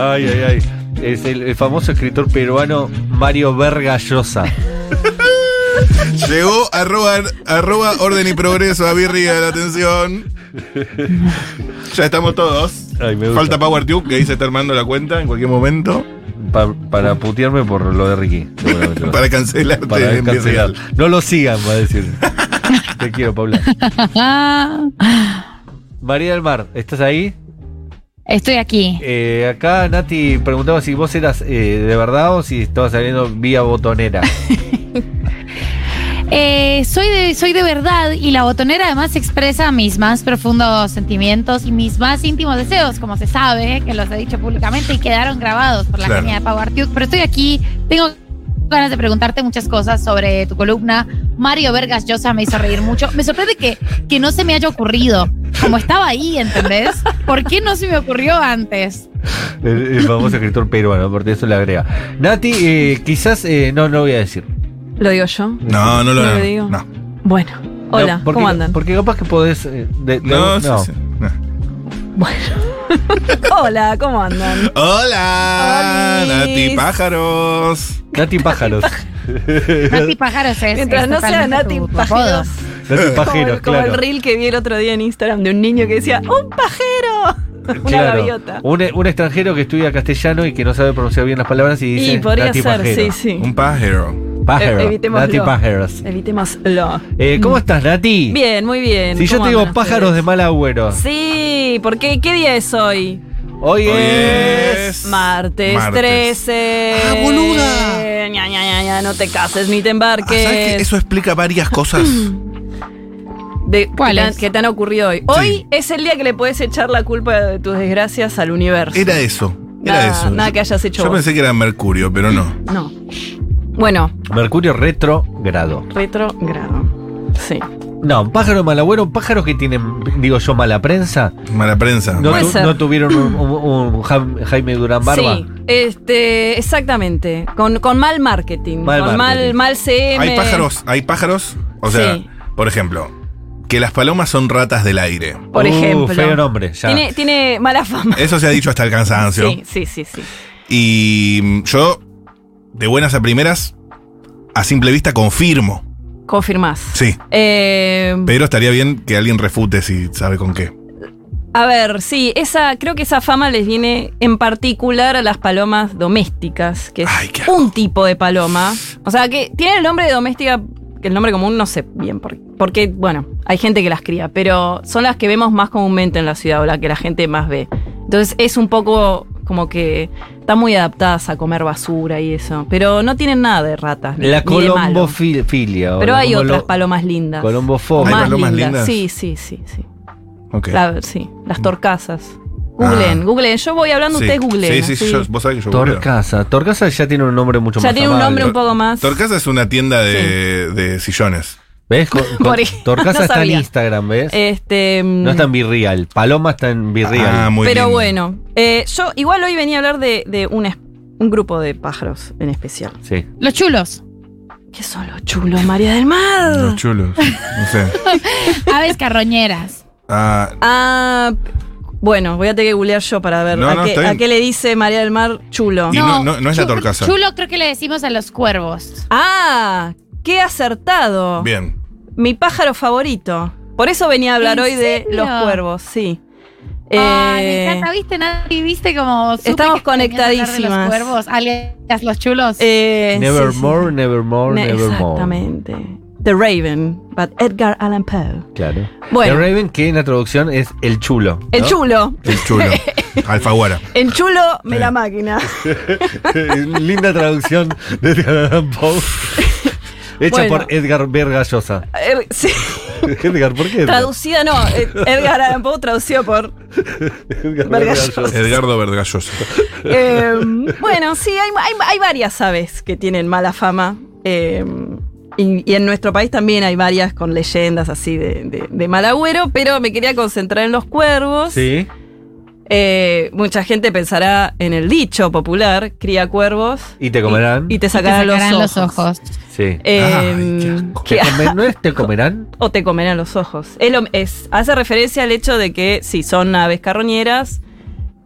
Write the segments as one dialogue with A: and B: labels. A: Ay, ay, ay. Es el, el famoso escritor peruano Mario Vergallosa.
B: Llegó arroba, arroba orden y progreso a Birria la atención. Ya estamos todos.
A: Ay, me gusta.
B: Falta PowerTube, que ahí se está armando la cuenta en cualquier momento.
A: Pa- para putearme por lo de Ricky. seguramente.
B: Para cancelarte
A: Para
B: en
A: cancelar.
B: Virreal.
A: No lo sigan, va a decir. Te quiero, Paula. María del Mar, ¿estás ahí?
C: Estoy aquí.
A: Eh, acá Nati preguntaba si vos eras eh, de verdad o si estabas saliendo vía botonera.
C: Eh, soy, de, soy de verdad y la botonera además expresa mis más profundos sentimientos y mis más íntimos deseos, como se sabe, que los he dicho públicamente y quedaron grabados por la
B: Claro.
C: genia de Power Tube. Pero estoy aquí, tengo ganas de preguntarte muchas cosas sobre tu columna. Mario Vergas Llosa me hizo reír mucho. Me sorprende que, que no se me haya ocurrido. Como estaba ahí, ¿entendés? ¿Por qué no se me ocurrió antes?
A: el, el famoso escritor peruano, aparte de eso le agrega. Nati, eh, quizás, eh, no, no voy a decir.
D: ¿Lo digo yo?
B: No, no lo,
D: No
B: no,
D: lo digo.
B: No,
D: Bueno, hola,
A: No, porque,
D: ¿cómo andan?
A: Porque capaz que podés. eh, de- de-
B: no, sí, sí, no.
D: Hola, ¿cómo andan?
B: Hola,
D: Olis.
B: Nati Pájaros.
A: Nati Pájaros.
C: Nati Pájaros es.
D: Mientras
C: es
D: no sea
C: totalmente
D: Nati
C: tu- tu apodo.
D: Pajeros.
A: Nati
D: Como,
A: Pájaros,
D: el- como
A: claro.
D: el reel que vi el otro día en Instagram de un niño que decía, ¡un pajero! Una
A: Claro.
D: gaviota.
A: Un, un extranjero que estudia castellano y que no sabe pronunciar bien las palabras y dice.
D: Y podría
A: Nati
D: ser,
A: Pajero.
D: sí, sí.
B: Un pájaro.
A: Pájaro,
D: Eh, evitémoslo.
A: Nati Pájaros.
D: Evitémoslo.
A: Eh, ¿Cómo estás, Nati?
D: Bien, muy bien.
A: Si yo
D: ¿Cómo
A: te digo
D: andan
A: pájaros de
D: ustedes?
A: mal agüero.
D: Sí, porque ¿qué día es hoy?
A: Hoy es.
D: Martes,
B: Martes.
D: 13.
B: ¡Ah, boluda!
D: Ña, ña, ña, ña, no te cases ni te
B: Ah, ¿Sabes qué?
D: embarques.
B: Eso explica varias cosas.
D: de,
C: ¿Cuál
D: que, te,
C: es?
D: que te han ocurrido hoy. Hoy es el día que le puedes echar la culpa de tus desgracias al universo.
B: Era eso. Era
D: nada,
B: eso.
D: nada que hayas hecho
B: Yo
D: vos.
B: pensé que era Mercurio, pero no.
D: No. Bueno,
A: Mercurio retrogrado.
D: retrogrado. Sí.
A: No, pájaro malagüero, pájaros que tienen, digo yo, mala prensa.
B: Mala prensa.
A: No,
D: Puede
A: tu-
D: ser.
A: no tuvieron un, un- un Jam- Jaime Durán Barba.
D: Sí, este, exactamente. Con, con mal marketing.
A: Mal
D: con
A: marketing.
D: mal, mal CM.
B: Hay pájaros, hay pájaros. O sea,
D: Sí.
B: por ejemplo, que las palomas son ratas del aire.
D: Por
A: Uh,
D: ejemplo.
A: feo nombre, ya.
D: Tiene, tiene mala fama.
B: Eso se ha dicho hasta el cansancio.
D: Sí, sí, sí, sí.
B: Y mm, yo, de buenas a primeras, a simple vista confirmo.
D: Confirmás.
B: Sí.
D: Eh,
B: Pero estaría bien que alguien refute si sabe con qué.
D: a ver, sí, esa, creo que esa fama les viene en particular a las palomas domésticas, que es
B: Ay, qué asco.
D: un tipo de paloma. O sea, que tiene el nombre de doméstica, que el nombre común no sé bien por Porque, bueno, hay gente que las cría, pero son las que vemos más comúnmente en la ciudad o la que la gente más ve. Entonces es un poco como que están muy adaptadas a comer basura y eso. Pero no tienen nada de ratas. ni-
A: La
D: ni de malo.
A: colombofilia. o
D: Pero
A: la
D: hay
A: colo-
D: otras palomas lindas.
A: Colombofobia.
B: Hay
D: Más
B: palomas lindas.
D: lindas. Sí, sí, sí, sí.
B: Ok.
D: La- sí, las torcasas. Googlen,
B: Mm. Ah.
D: googlen. Yo voy hablando,
B: Sí.
D: ustedes googlen.
B: Sí, sí,
D: así.
B: yo- vos sabés que yo googleo.
A: Torcasa. Torcasa ya tiene un nombre mucho
D: ya
A: más
D: tiene un
A: amable.
D: nombre un poco más.
B: Torcasa es una tienda de, de sillones.
A: ¿Ves? Con- con-
D: Por ejemplo,
A: Torcasa
D: no
A: está
D: sabía.
A: en Instagram, ¿ves?
D: Este,
A: no está en Virreal. Paloma está en Virreal.
B: Ah, muy
D: pero
B: lindo.
D: bueno, eh, yo igual hoy venía a hablar de, de un, es- un grupo de pájaros en especial.
A: sí.
C: Los chulos.
D: ¿Qué son los chulos, María del Mar?
B: Los chulos. No sé.
C: Aves carroñeras.
B: Ah,
D: Ah, bueno, voy a tener que googlear yo para ver
B: No,
D: a,
B: no,
D: qué,
B: está bien.
D: a qué le dice María del Mar chulo.
B: Y no- no- no es la
C: chu-
B: torcaza.
C: Chulo creo que le decimos a los cuervos.
D: Ah, qué acertado.
B: bien.
D: Mi pájaro favorito. Por eso venía a hablar
C: ¿En
D: hoy de
C: serio?
D: los cuervos, sí.
C: Ay, me
D: Eh,
C: encanta, viste, Nati, viste como supe
D: Estamos
C: que tenías que hablar de
D: conectadísimas.
C: Los cuervos, alias los chulos.
D: eh, sí, sí.
A: Nevermore, nevermore,
D: Ne-
A: nevermore.
D: Exactamente. The Raven, but Edgar Allan Poe.
A: Claro.
D: Bueno.
A: The Raven, que en la traducción es el chulo. ¿no?
D: El chulo.
B: El chulo. Alfaguara.
D: El chulo me
B: Sí.
D: la máquina.
A: Linda traducción de Edgar Allan Poe. Hecha
D: Bueno.
A: por Edgar Vergallosa.
D: Er- sí,
A: Edgar, ¿por qué? Edgar?
D: traducida no. eh, Edgar Allan Poe traducido por.
A: Edgar
D: Vergallosa.
B: Edgardo Vergalloso.
D: eh, bueno, sí, hay, hay- hay varias aves que tienen mala fama. eh, y, y en nuestro país también hay varias con leyendas así de, de, de mal agüero, pero me quería concentrar en los cuervos.
A: Sí.
D: Eh, mucha gente pensará en el dicho popular, cría cuervos.
A: Y te comerán.
D: Y, y te
C: Y te
D: sacarán, los, ojos.
A: Sí.
D: Eh,
B: Ay, qué asco.
A: ¿Te
D: que-
A: comen- ¿No es te comerán?
D: o te comerán los ojos. Es lo- es- hace referencia al hecho de que si son aves carroñeras,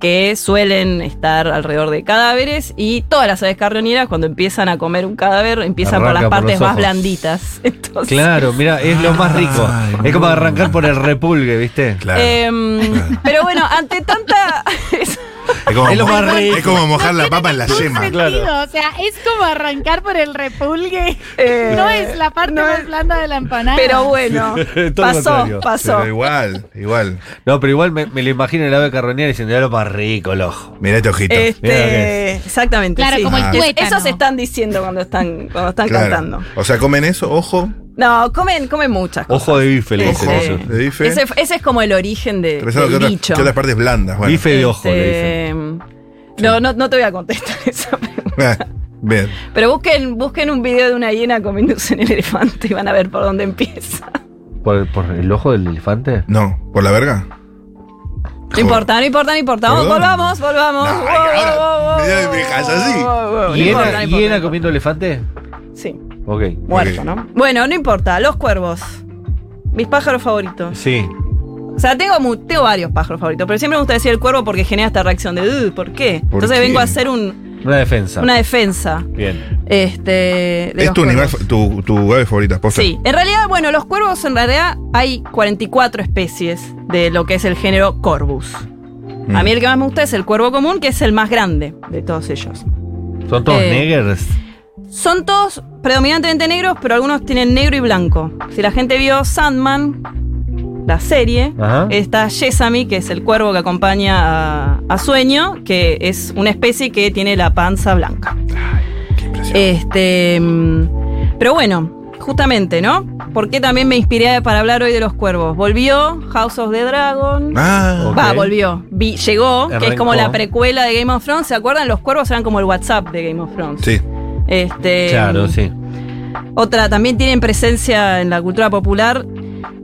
D: que suelen estar alrededor de cadáveres y todas las aves carroñeras cuando empiezan a comer un cadáver empiezan por
A: Arranca
D: las
A: por
D: partes
A: los
D: más
A: ojos.
D: blanditas. Entonces,
A: Claro, mira, es lo más rico.
B: Ay,
A: es como
B: no.
A: arrancar por el repulgue, ¿viste?
B: Claro.
D: em, pero bueno, ante tanta... es-
B: es, como,
A: es lo más rico.
B: es como mojar la papa en la
C: Tiene
B: yema.
C: sentido, O sea, es como arrancar por el repulgue.
D: eh,
C: No es la parte
D: no
C: más
D: es-
C: blanda de la empanada.
D: Pero bueno,
A: Todo contrario.
D: pasó, pasó.
B: Pero igual, igual.
A: No, pero igual me, me lo imagino el ave carroñera diciendo, ya lo más rico, el ojo.
B: Mira este ojito.
A: Mira lo que
D: Este, exactamente.
C: Claro,
D: sí.
C: como
B: Ah.
C: el tuétano.
D: Eso se están diciendo cuando están, cuando están
B: Claro.
D: cantando.
B: O sea, comen eso, ojo,
D: No, comen, comen muchas cosas.
A: Ojo de bife le
B: ojo
A: dicen
D: Este,
A: eso.
B: de bife.
D: Ese, ese es como Eh, el origen de,
B: Pero sabes
D: del
B: que otras,
D: dicho.
B: que otras partes blandas. Bueno.
A: Bife de ojo le dicen.
D: Este, no, no, no te voy a contestar esa pregunta.
B: Eh, Bien.
D: Pero busquen, busquen un video de una hiena comiéndose un elefante y van a ver por dónde empieza.
A: ¿Por, por el ojo del elefante?
B: No, ¿por la verga?
D: No importa, no importa, no importa. Vamos,
B: Perdón.
D: volvamos, volvamos.
B: No, ay, ahora me- me dejas así.
D: wow, wow, no importa, no
A: ¿Hiena,
D: importa,
A: hiena
D: no importa.
A: comiendo elefante?
D: Sí,
A: Ok.
D: muerto,
B: Ok.
D: ¿no? Bueno, no importa. Los cuervos. Mis pájaros favoritos.
A: Sí.
D: O sea, tengo, mu- tengo varios pájaros favoritos, pero siempre me gusta decir el cuervo porque genera esta reacción de, "Uh, ¿por qué?
B: ¿Por
D: Entonces
B: qué?
D: vengo a hacer un-
A: Una defensa.
D: una defensa.
A: Bien.
D: Este, de
B: es
D: los
B: tu animal,
D: cuervos.
B: fa- tu, tu ave favorita, posta.
D: Sí, en realidad, bueno, los cuervos en realidad hay 44 especies de lo que es el género Corvus.
B: Mm.
D: A mí el que más me gusta es el cuervo común, que es el más grande de todos ellos.
A: ¿Son todos
D: Eh.
A: negers?
D: Son todos predominantemente negros, pero algunos tienen negro y blanco. Si la gente vio Sandman, la serie,
A: Ajá.
D: está Yesami, que es el cuervo que acompaña a, a Sueño, que es una especie que tiene la panza blanca.
B: Qué impresión.
D: Este, mm, pero bueno, justamente, ¿no? Porque también me inspiré para hablar hoy de los cuervos. Volvió House of the Dragon.
B: ah,
A: ok.
D: Va, volvió. Vi- llegó, que es como
A: Arrancó.
D: la precuela de Game of Thrones. ¿Se acuerdan? Los cuervos eran como el WhatsApp de Game of Thrones.
B: sí.
D: Este,
A: Claro, sí.
D: Otra, también tienen presencia en la cultura popular.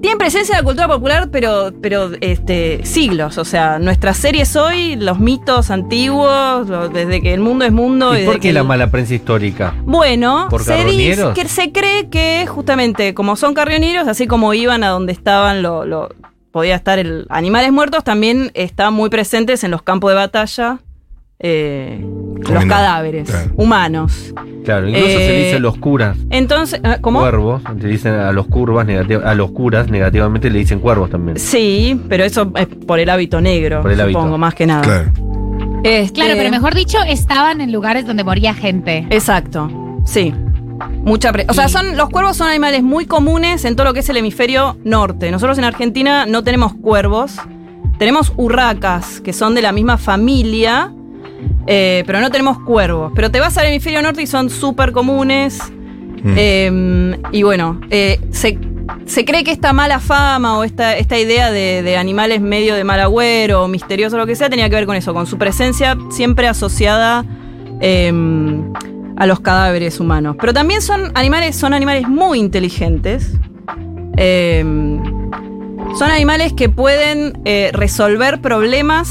D: Tienen presencia en la cultura popular, pero, pero este, siglos. O sea, nuestras series hoy, los mitos antiguos, lo- desde que el mundo es mundo.
A: ¿Y
D: desde
A: por
D: que
A: qué la
D: el-
A: mala prensa histórica?
D: bueno,
A: ¿Por
D: se dice
A: carroñeros?
D: que se cree que justamente como son carrioneros, así como iban a donde estaban lo, lo- podía estar el animales muertos, también están muy presentes en los campos de batalla eh, los
B: Comiendo.
D: cadáveres
B: Claro.
D: humanos.
A: Claro, incluso se
D: Eh,
A: le dicen los curas.
D: Entonces, ah, ¿cómo?
A: Cuervos, le dicen a los curvas negati- a los curas negativamente le dicen cuervos también.
D: Sí, pero eso es por el hábito negro,
A: Por el hábito.
D: supongo, más que nada.
B: Claro.
D: Este-
C: Claro, pero mejor dicho, estaban en lugares donde moría gente.
D: Exacto, sí. Mucha pre- o sea, son, los cuervos son animales muy comunes en todo lo que es el hemisferio norte. Nosotros en Argentina no tenemos cuervos, tenemos urracas, que son de la misma familia, eh, pero no tenemos cuervos. Pero te vas al hemisferio norte y son súper comunes.
B: Mm.
D: Eh, y bueno, eh, se, se cree que esta mala fama o esta, esta idea de, de animales medio de mal agüero o misterioso, lo que sea, tenía que ver con eso, con su presencia siempre asociada eh, a los cadáveres humanos. Pero también son animales, son animales muy inteligentes. Eh, son animales que pueden eh, resolver problemas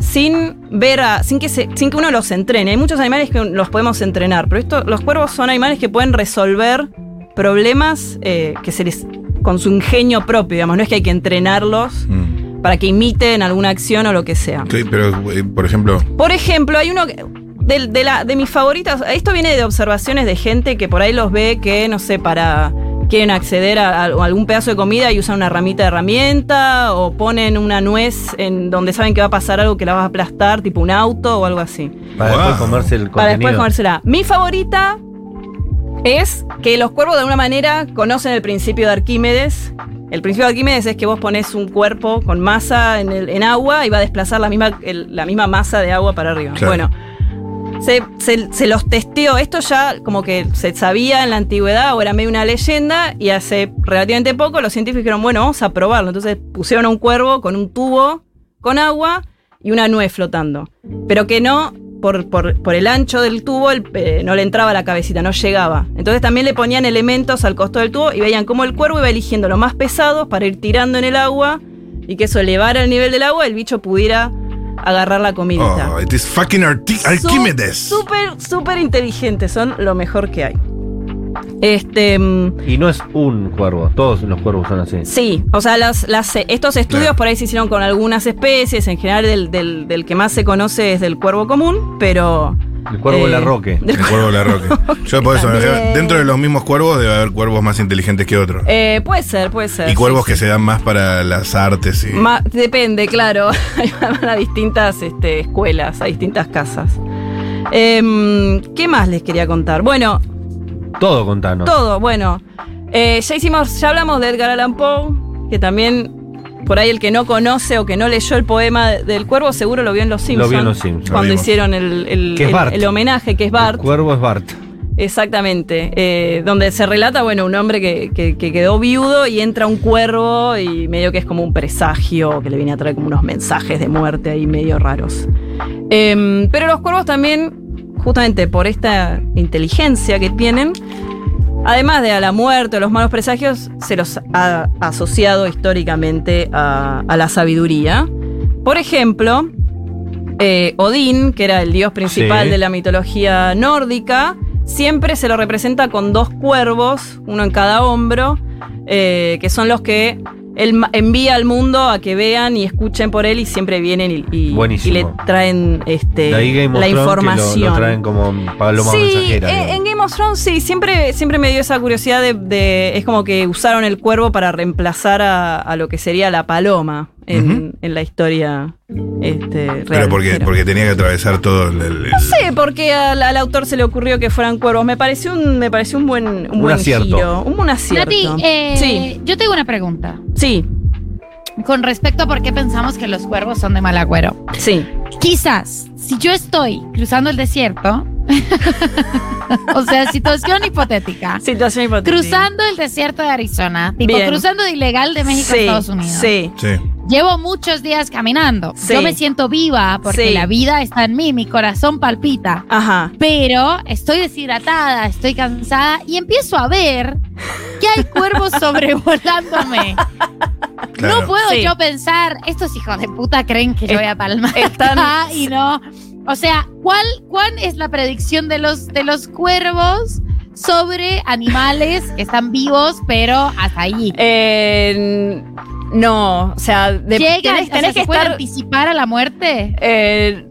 D: sin ver a, sin que se- sin que uno los entrene. Hay muchos animales que los podemos entrenar, pero esto, los cuervos son animales que pueden resolver problemas eh, que se les con su ingenio propio, digamos, no es que hay que entrenarlos
B: Mm.
D: para que imiten alguna acción o lo que sea.
B: Sí, pero, eh, por ejemplo,
D: Por ejemplo, hay uno que- de, de la, de mis favoritas. Esto viene de observaciones de gente que por ahí los ve que, no sé, para. Quieren acceder a, a algún pedazo de comida y usan una ramita de herramienta o ponen una nuez en donde saben que va a pasar algo que la va a aplastar, tipo un auto o algo así.
A: Para
B: Wow.
A: después comerse el contenido.
D: Para después comérsela. Mi favorita es que los cuervos de alguna manera conocen el principio de Arquímedes. El principio de Arquímedes es que vos pones un cuerpo con masa en, el- en agua y va a desplazar la misma, el- la misma masa de agua para arriba.
B: Claro.
D: Bueno, se, se- se los testeó. Esto ya como que se sabía en la antigüedad o era medio una leyenda y hace relativamente poco los científicos dijeron, bueno, vamos a probarlo. Entonces pusieron a un cuervo con un tubo con agua y una nuez flotando. Pero que no, por, por- por el ancho del tubo, el- eh, no le entraba la cabecita, no llegaba. Entonces también le ponían elementos al costado del tubo y veían cómo el cuervo iba eligiendo los más pesados para ir tirando en el agua y que eso elevara el nivel del agua, el bicho pudiera agarrar la comidita.
B: oh, it is fucking Arti- Arquímedes.
D: Su- Súper, súper inteligentes, son lo mejor que hay. Este. mm,
A: Y no es un cuervo, todos los cuervos son así.
D: Sí, o sea, las, las- estos estudios
B: Claro.
D: por ahí se hicieron con algunas especies, en general del, del- del que más se conoce es del cuervo común, pero...
A: El cuervo
D: eh,
A: la roque.
D: del-
B: El cuervo de la roca. Yo por eso, eh,
D: También.
B: dentro de los mismos cuervos debe haber cuervos más inteligentes que otros.
D: eh, puede ser, puede ser.
B: Y cuervos que
D: sí, sí.
B: se dan más para las artes y.
D: Ma- depende, claro. Hay a distintas este, escuelas, a distintas casas. Em, ¿Qué más les quería contar? Bueno,
A: Todo contanos.
D: Todo, bueno. Eh, ya hicimos, ya hablamos de Edgar Allan Poe, que también por ahí el que no conoce o que no leyó el poema de- del cuervo seguro lo vio en Los
A: Lo
D: Simpsons.
A: vi en Los Simpsons.
B: Lo
D: Cuando
B: vimos.
D: hicieron el, el-
A: Que es
D: el-
A: Bart.
D: el homenaje, que es
A: El
D: Bart.
A: cuervo es Bart.
D: Exactamente. eh, donde se relata, bueno, un hombre que, que- que quedó viudo y entra un cuervo y medio que es como un presagio que le viene a traer como unos mensajes de muerte ahí medio raros. Em, pero los cuervos también, justamente por esta inteligencia que tienen, además de a la muerte o los malos presagios, se los ha asociado históricamente a, a la sabiduría. Por ejemplo, eh, Odín, que era el dios principal
A: Sí.
D: de la mitología nórdica, siempre se lo representa con dos cuervos, uno en cada hombro, eh, que son los que él ma- envía al mundo a que vean y escuchen por él y siempre vienen y, y- y
A: Buenísimo.
D: le traen este,
A: De ahí Game of
D: la
A: Thrones,
D: información.
A: Que lo- lo, traen como paloma
D: Sí, eh,
A: mensajera.
D: en,
A: digamos.
D: en Game of Thrones sí, siempre, siempre me dio esa curiosidad de, de- Es como que usaron el cuervo para reemplazar a, a lo que sería la paloma en,
B: Ujú.
D: en la historia este, real.
B: Pero porque,
D: Pero-
B: porque tenía que atravesar todo el. el- el-
D: Sí, porque al, al autor se le ocurrió que fueran cuervos. Me pareció un, me pareció un buen, un
A: Un
D: buen
A: acierto.
D: giro. Un buen acierto.
C: Nati, eh,
D: Sí.
C: yo tengo una pregunta.
D: Sí,
C: Con respecto a por qué pensamos que los cuervos son de mal agüero.
D: sí.
C: Quizás, si yo estoy cruzando el desierto, o sea, situación hipotética,
D: Situación hipotética.
C: cruzando el desierto de Arizona, tipo
D: Bien.
C: cruzando de ilegal de México a
D: Sí,
C: Estados Unidos.
D: Sí.
B: Sí.
C: Llevo muchos días caminando.
D: Sí.
C: Yo me siento viva porque
D: Sí.
C: la vida está en mí, mi corazón palpita.
D: Ajá.
C: Pero estoy deshidratada, estoy cansada y empiezo a ver que hay cuervos sobrevolándome.
B: Claro.
C: No puedo
D: Sí. Eh,
C: yo pensar, estos hijos de puta creen que yo
D: Es-
C: voy a palmar
D: están-
C: acá Ah, y no. O sea, ¿cuál, ¿cuál es la predicción de los, de los cuervos sobre animales que están vivos, pero hasta ahí?
D: Eh, no, o sea, de,
C: Llegan,
D: tenés,
C: o sea,
D: tenés
C: ¿se
D: que
C: puede
D: estar.
C: anticipar a la muerte?
D: Eh,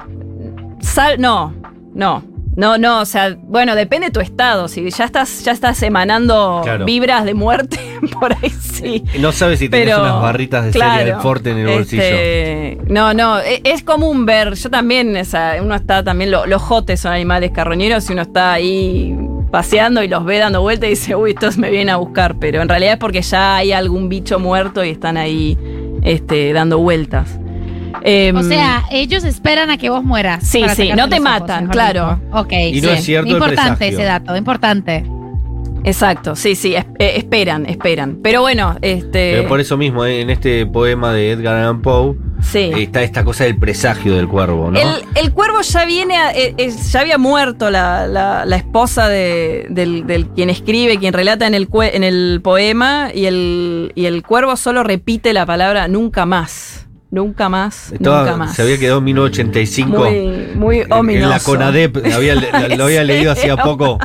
D: sal, no, no. No, no, o sea, bueno, depende de tu estado. Si ya estás, ya estás emanando
A: Claro.
D: vibras de muerte, por ahí sí.
A: No sabes si tenés
D: Pero,
A: unas barritas de
D: claro,
A: cereal forte en el bolsillo. Eh,
D: Este, no, no, e- es, común ver. Yo también, o sea, uno está también, lo- los jotes son animales carroñeros y uno está ahí paseando y los ve dando vuelta y dice, uy, estos me vienen a buscar. Pero en realidad es porque ya hay algún bicho muerto y están ahí este, dando vueltas. Em,
C: O sea, ellos esperan a que vos mueras.
D: Sí,
C: para
D: sí,
C: sacarte
D: no te
C: los ojos,
D: matan,
C: mejor
D: claro.
C: dicho. Ok,
A: Y no
C: sí.
A: es cierto el
C: Importante
A: presagio.
C: ese dato, importante.
D: exacto, sí, sí, es- eh, esperan, esperan. Pero bueno, este.
A: Pero por eso mismo, eh, en este poema de Edgar Allan Poe,
D: sí.
A: está esta cosa del presagio del cuervo, ¿no?
D: El, el cuervo ya viene, a- eh, eh, ya había muerto la, la- la esposa de, del, del quien escribe, quien relata en el, cue- en el poema, y el, y el cuervo solo repite la palabra nunca más. Nunca más,
A: Estaba-
D: nunca más.
A: Se había quedado en 1985.
D: muy, muy
A: en-
D: ominoso.
A: en la CONADEP, la había- la- lo había
D: ¿En
A: leído hacía
D: serio?
A: poco.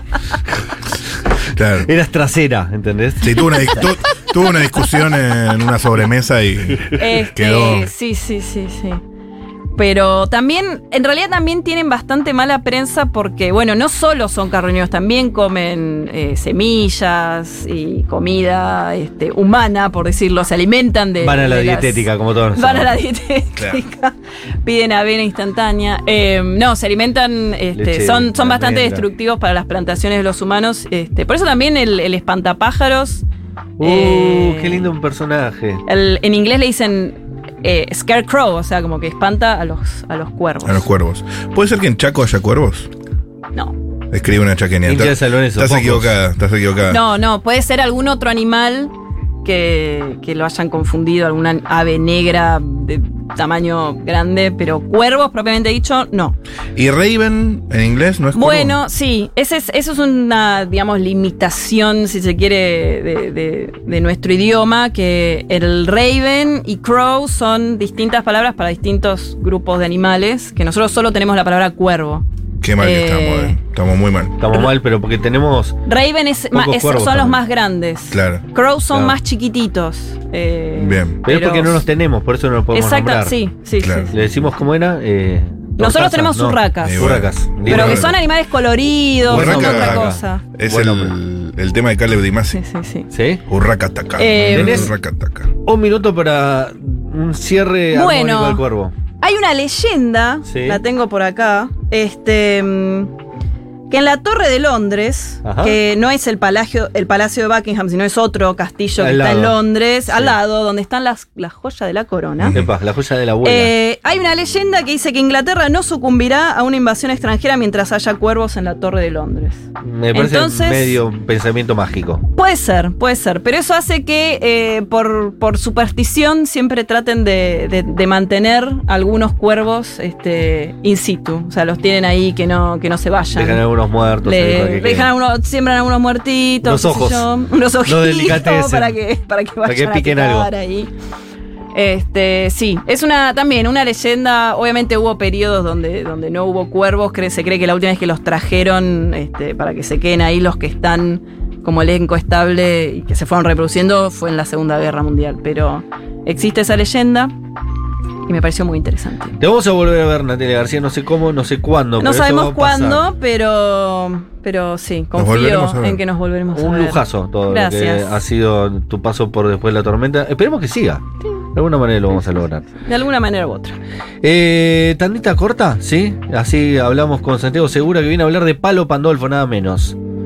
B: Claro.
A: Eras trasera, ¿entendés?
B: Sí, tuvo una, dis- tu- tuvo una discusión en una sobremesa y
D: Este,
B: quedó.
D: Sí, sí, sí, sí. Pero también, en realidad también tienen bastante mala prensa porque, bueno, no solo son carroñeros, también comen eh, semillas y comida este, humana, por decirlo, se alimentan de...
A: Van a la
D: Este, de las-
A: dietética, como todos nosotros.
D: Van a la dietética, piden avena instantánea. Eh, no, se alimentan, este,
A: Leche
D: son,
A: de
D: son bastante
A: almendra.
D: destructivos para las plantaciones de los humanos. este, por eso también el, el espantapájaros
A: Uh,
D: Eh,
A: qué lindo un personaje.
D: el- en inglés le dicen eh, scarecrow, o sea, como que espanta a los, a los cuervos.
B: a los cuervos. ¿Puede ser que en Chaco haya cuervos?
D: No.
B: Escribe una chaqueña.
A: Hincha de salones
B: estás
A: sofocos.
B: equivocada, estás equivocada.
D: No, no, puede ser algún otro animal que, que lo hayan confundido, alguna ave negra de tamaño grande, pero cuervos propiamente dicho, no.
B: ¿Y Raven en inglés no es cuervo?
D: Bueno, sí, ese es, eso es una, digamos, limitación, si se quiere, de, de- de nuestro idioma, que el raven y crow son distintas palabras para distintos grupos de animales, que nosotros solo tenemos la palabra cuervo.
B: Qué mal que
D: Eh,
B: estamos, eh. Estamos muy mal.
A: Estamos mal, pero porque tenemos.
D: Raven es, ma- es- son
A: cuervos
D: los
A: también.
D: más grandes.
B: Claro.
D: Crow son
A: Claro.
D: más chiquititos. eh,
B: Bien.
A: Pero es porque no los tenemos, por eso no los podemos
D: Exacto,
A: nombrar.
D: sí, sí, sí,
B: Claro.
D: sí.
A: Le decimos cómo era. Eh,
D: Nosotros
A: Dorsasa,
D: tenemos
A: no.
D: urracas.
B: Eh,
A: Urracas.
D: Pero que
B: Bueno.
D: son animales coloridos,
B: Bueno,
D: son
B: acá-
D: otra
B: acá.
D: cosa.
B: Es
A: Bueno,
B: el, el tema de Caleb Dimasi.
D: Sí, sí, sí.
A: ¿Sí?
B: Urracataca.
D: Eh,
A: ¿Tenés?
B: Urracataca.
A: Un minuto para un cierre
D: Bueno.
A: armónico del cuervo.
D: Hay una leyenda,
A: Sí.
D: la tengo por acá, este, mm, que en la Torre de Londres,
A: Ajá.
D: que no es el palacio, el palacio de Buckingham, sino es otro castillo que
A: Al
D: está en
A: lado.
D: Londres,
A: Sí.
D: al lado, donde están las, las joyas de la corona.
A: Epa, la joya de la abuela.
D: Eh, hay una leyenda que dice que Inglaterra no sucumbirá a una invasión extranjera mientras haya cuervos en la Torre de Londres.
A: Me parece
D: entonces-
A: medio un pensamiento mágico.
D: Puede ser, puede ser, pero eso hace que eh, por, por superstición siempre traten de, de- de mantener algunos cuervos este, in situ, o sea, los tienen ahí que no, que no se vayan.
A: Dejan algunos muertos.
D: Le-
A: ahí, cualquier-
D: dejan algunos, siembran algunos muertitos,
A: Unos
D: qué sé
A: ojos.
D: yo, unos ojitos
A: delicatessen.
D: para que, para que
A: Para que
D: vayan a
A: piquen algo.
D: picar ahí. Este, sí, es una también una leyenda. Obviamente hubo periodos donde, donde no hubo cuervos. Cree, se cree que la última vez que los trajeron este, para que se queden ahí los que están como elenco estable y que se fueron reproduciendo fue en la Segunda Guerra Mundial. Pero existe esa leyenda y me pareció muy interesante.
A: Te vamos a volver a ver, Natalia García. No sé cómo, no sé cuándo.
D: No
A: pero eso va
D: sabemos
A: a pasar.
D: cuándo, pero, pero sí,
B: volveremos a
D: confío
B: ver.
D: en que nos volveremos a
A: Un
D: ver.
A: lujazo todo lo que
D: Gracias.
A: ha sido tu paso por después de la tormenta. Esperemos que siga. De alguna manera lo vamos a lograr.
D: De alguna manera u otra.
A: Eh, tandita corta, ¿sí? Así hablamos con Santiago Segura que viene a hablar de Palo Pandolfo, nada menos.